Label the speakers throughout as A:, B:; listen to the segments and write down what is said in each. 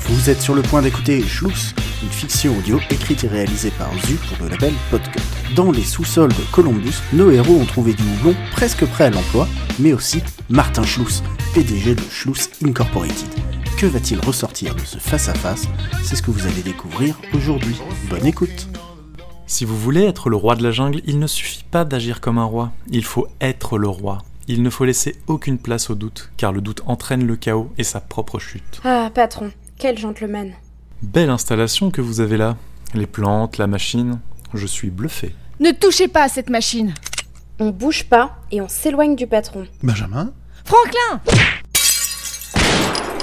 A: Vous êtes sur le point d'écouter Schluss, une fiction audio écrite et réalisée par Zu pour le label Podcut. Dans les sous-sols de Columbus, nos héros ont trouvé du houblon presque prêt à l'emploi, mais aussi Martin Schluss, PDG de Schluss Incorporated. Que va-t-il ressortir de ce face-à-face C'est ce que vous allez découvrir aujourd'hui. Bonne écoute
B: Si vous voulez être le roi de la jungle, il ne suffit pas d'agir comme un roi, il faut être le roi. Il ne faut laisser aucune place au doute, car le doute entraîne le chaos et sa propre chute.
C: Ah, patron, quel gentleman.
B: Belle installation que vous avez là. Les plantes, la machine. Je suis bluffé.
D: Ne touchez pas à cette machine
C: On bouge pas et on s'éloigne du patron.
E: Benjamin
D: Franklin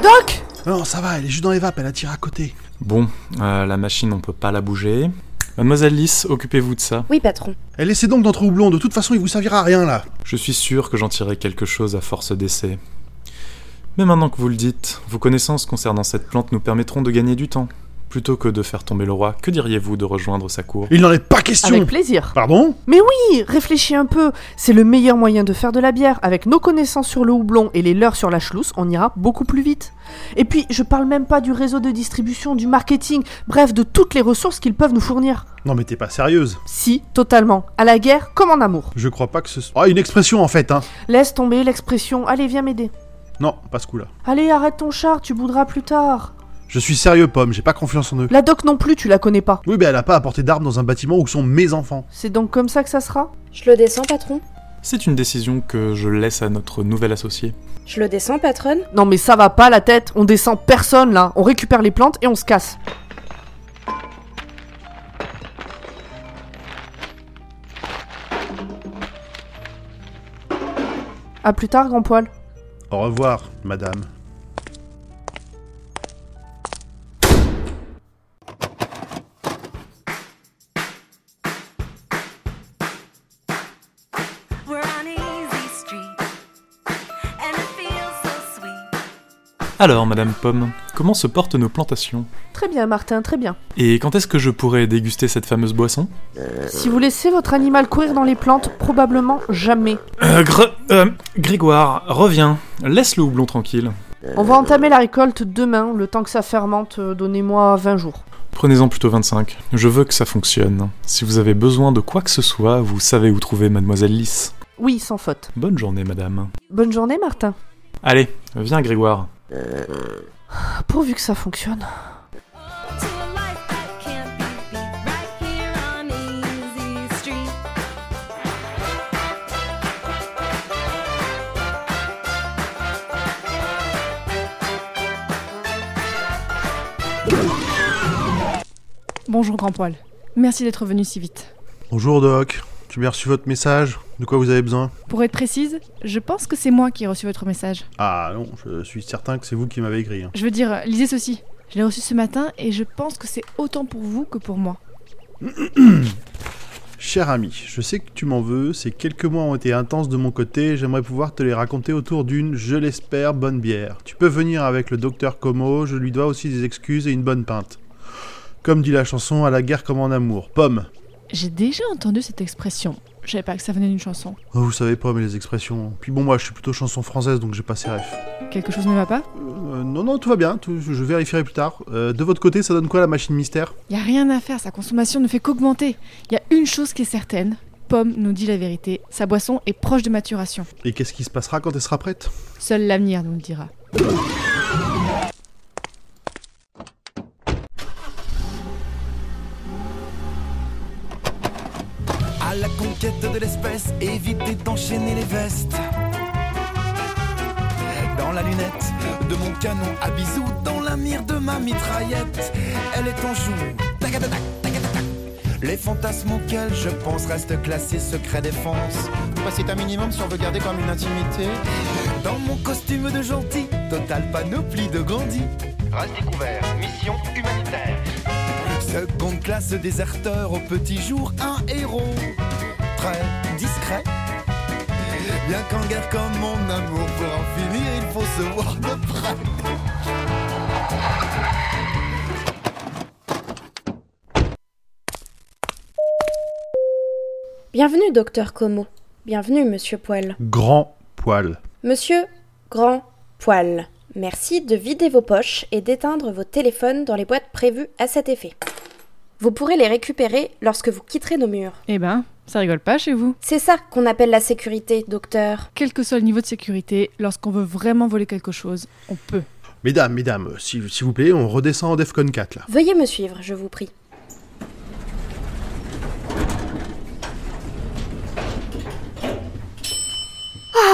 D: Doc
E: Non, ça va, elle est juste dans les vapes, elle attire à côté.
B: Bon, euh, la machine, on peut pas la bouger. Mademoiselle Lys, occupez-vous de ça.
C: Oui, patron.
E: Elle essaie donc d'entrer au blond, de toute façon, il vous servira à rien là.
B: Je suis sûr que j'en tirerai quelque chose à force d'essai. Mais maintenant que vous le dites, vos connaissances concernant cette plante nous permettront de gagner du temps. Plutôt que de faire tomber le roi, que diriez-vous de rejoindre sa cour
E: Il n'en est pas question
F: Avec plaisir.
E: Pardon
F: Mais oui, réfléchis un peu. C'est le meilleur moyen de faire de la bière. Avec nos connaissances sur le houblon et les leurs sur la chlousse, on ira beaucoup plus vite. Et puis, je parle même pas du réseau de distribution, du marketing, bref, de toutes les ressources qu'ils peuvent nous fournir.
E: Non mais t'es pas sérieuse.
F: Si, totalement. À la guerre comme en amour.
E: Je crois pas que ce soit... Ah, une expression en fait, hein.
F: Laisse tomber l'expression. Allez, viens m'aider.
E: Non, pas ce coup-là.
F: Allez, arrête ton char, tu boudras plus tard.
E: Je suis sérieux, Pomme, j'ai pas confiance en eux.
F: La doc non plus, tu la connais pas.
E: Oui, mais elle a pas apporté d'armes dans un bâtiment où sont mes enfants.
F: C'est donc comme ça que ça sera
C: Je le descends, patron
B: C'est une décision que je laisse à notre nouvel associé.
C: Je le descends, patronne
F: Non mais ça va pas la tête, on descend personne là, on récupère les plantes et on se casse. À plus tard, grand poil.
E: Au revoir, madame.
G: We're on an easy street, and it feels so sweet.
B: Alors, Madame Pomme, comment se portent nos plantations
F: Très bien, Martin, très bien.
B: Et quand est-ce que je pourrais déguster cette fameuse boisson
F: Si vous laissez votre animal courir dans les plantes, probablement jamais.
B: Euh, Gr- euh, Grégoire, reviens. Laisse le houblon tranquille.
F: On va entamer la récolte demain, le temps que ça fermente, euh, donnez-moi 20 jours.
B: Prenez-en plutôt 25. Je veux que ça fonctionne. Si vous avez besoin de quoi que ce soit, vous savez où trouver Mademoiselle Lys.
F: Oui, sans faute.
B: Bonne journée, madame.
F: Bonne journée, Martin.
B: Allez, viens, Grégoire.
F: Pourvu que ça fonctionne.
G: Oh, to a life that can't be beat, right here on easy street.
D: Bonjour, grand poil. Merci d'être venu si vite.
E: Bonjour, Doc. J'ai bien reçu votre message. De quoi vous avez besoin
D: Pour être précise, je pense que c'est moi qui ai reçu votre message.
E: Ah non, je suis certain que c'est vous qui m'avez écrit. hein.
D: Je veux dire, euh, lisez ceci. Je l'ai reçu ce matin et je pense que c'est autant pour vous que pour moi.
E: Cher ami, je sais que tu m'en veux, ces quelques mois ont été intenses de mon côté, j'aimerais pouvoir te les raconter autour d'une, je l'espère, bonne bière. Tu peux venir avec le docteur Como, je lui dois aussi des excuses et une bonne pinte. Comme dit la chanson, à la guerre comme en amour. Pomme
D: J'ai déjà entendu cette expression. Je savais pas que ça venait d'une chanson.
E: Oh, vous savez pas, mais les expressions. Puis bon, moi, je suis plutôt chanson française, donc j'ai pas ces refs.
D: Quelque chose ne va pas
E: Euh, non, non, tout va bien, tout- je vérifierai plus tard. Euh, de votre côté, ça donne quoi la machine mystère
D: Y a rien à faire, sa consommation ne fait qu'augmenter. Y a une chose qui est certaine. Pomme nous dit la vérité, sa boisson est proche de maturation.
E: Et qu'est-ce qui se passera quand elle sera prête
D: Seul l'avenir nous le dira.
H: À la conquête de l'espèce, évitez d'enchaîner les vestes. Dans la lunette de mon canon à bisous, dans la mire de ma mitraillette, elle est en joue. Tacatatac, tacatatac. Les fantasmes auxquels je pense restent classés secret défense. Bah, C'est un minimum si on veut garder comme une intimité. Dans mon costume de gentil, total panoplie de Gandhi.
I: Race découvert, mission humanitaire.
H: Seconde classe déserteur au petit jour, un héros très discret. Bien qu'en guerre comme mon amour, pour en finir, il faut se voir de près.
C: Bienvenue, docteur Como. Bienvenue, monsieur Poil.
E: Grand poil.
C: Monsieur Grand Poil. Merci de vider vos poches et d'éteindre vos téléphones dans les boîtes prévues à cet effet. Vous pourrez les récupérer lorsque vous quitterez nos murs.
D: Eh ben, ça rigole pas chez vous.
C: C'est ça qu'on appelle la sécurité, docteur.
D: Quel que soit le niveau de sécurité, lorsqu'on veut vraiment voler quelque chose, on peut.
E: Mesdames, mesdames, euh, s'il s'il vous plaît, on redescend en Defcon 4 là.
C: Veuillez me suivre, je vous prie.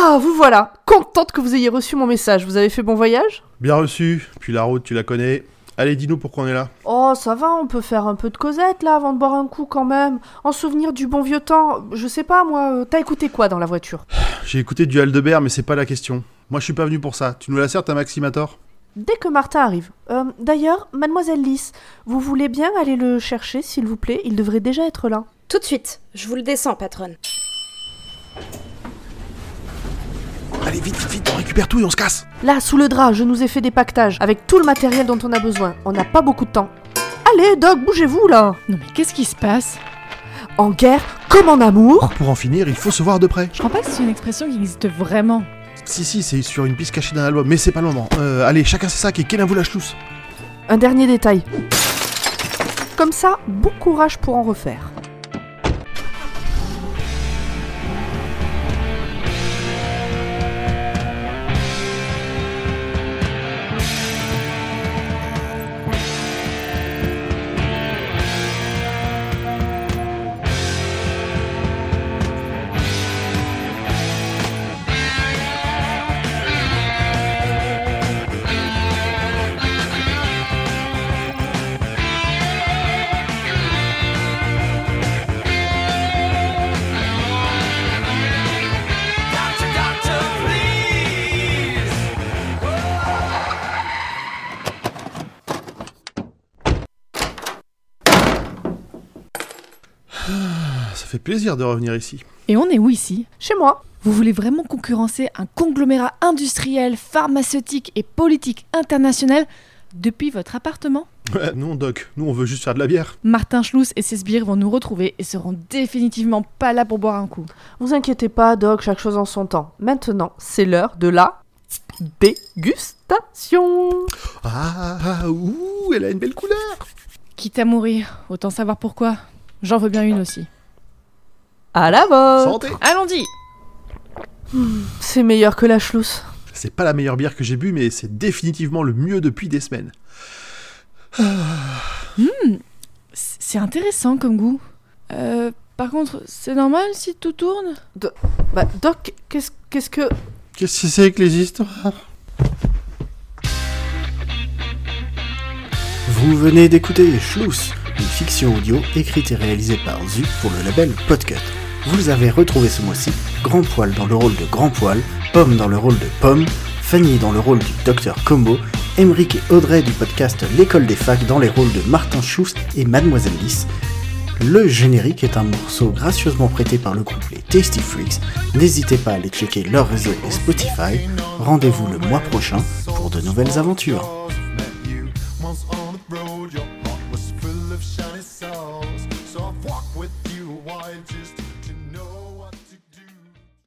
F: Ah, vous voilà Contente que vous ayez reçu mon message. Vous avez fait bon voyage
E: Bien reçu, puis la route, tu la connais. Allez, dis-nous pourquoi on est là.
F: Oh, ça va, on peut faire un peu de causette là avant de boire un coup quand même. En souvenir du bon vieux temps, je sais pas moi, euh, t'as écouté quoi dans la voiture
E: J'ai écouté du Aldebert, mais c'est pas la question. Moi, je suis pas venu pour ça. Tu nous la sers ta Maximator
F: Dès que Martin arrive. Euh, D'ailleurs, mademoiselle Lys, vous voulez bien aller le chercher s'il vous plaît Il devrait déjà être là.
C: Tout de suite, je vous le descends, patronne.
E: Allez, vite, vite, vite, on récupère tout et on se casse
F: Là, sous le drap, je nous ai fait des pactages avec tout le matériel dont on a besoin. On n'a pas beaucoup de temps. Allez, Doc, bougez-vous là
D: Non mais qu'est-ce qui se passe
F: En guerre comme en amour
E: Pour en finir, il faut se voir de près.
D: Je crois pas que c'est une expression qui existe vraiment.
E: Si, si, c'est sur une piste cachée d'un album, mais c'est pas le moment. Euh, allez, chacun ses sacs et qu'elle vous lâche tous.
F: Un dernier détail. Comme ça, bon courage pour en refaire.
E: Ah, Ça fait plaisir de revenir ici.
D: Et on est où ici
F: Chez moi.
D: Vous voulez vraiment concurrencer un conglomérat industriel, pharmaceutique et politique international depuis votre appartement
E: Ouais, non, Doc, nous on veut juste faire de la bière.
D: Martin Schluss et ses sbires vont nous retrouver et seront définitivement pas là pour boire un coup.
F: Vous inquiétez pas, Doc, chaque chose en son temps. Maintenant, c'est l'heure de la dégustation.
E: Ah, ah, ouh, elle a une belle couleur
D: Quitte à mourir, autant savoir pourquoi. J'en veux bien une aussi.
F: À la vôtre.
E: Santé
D: Allons-y
F: C'est meilleur que la schlousse.
E: C'est pas la meilleure bière que j'ai bu, mais c'est définitivement le mieux depuis des semaines.
D: C- C'est intéressant comme goût. Euh, par contre, c'est normal si tout tourne
F: Bah, Doc, qu'est-ce qu'est-ce que...
E: Qu'est-ce que c'est que les histoires
A: Vous venez d'écouter Schluss, une fiction audio écrite et réalisée par Zu pour le label Podcut. Vous avez retrouvé ce mois-ci Grand Poil dans le rôle de Grand Poil, Pomme dans le rôle de Pomme, Fanny dans le rôle du Docteur Combo, Emeric et Audrey du podcast L'école des facs dans les rôles de Martin Schust et Mademoiselle Lys. Le générique est un morceau gracieusement prêté par le groupe Les Tasty Freaks. N'hésitez pas à aller checker leur réseau et Spotify. Rendez-vous le mois prochain pour de nouvelles aventures.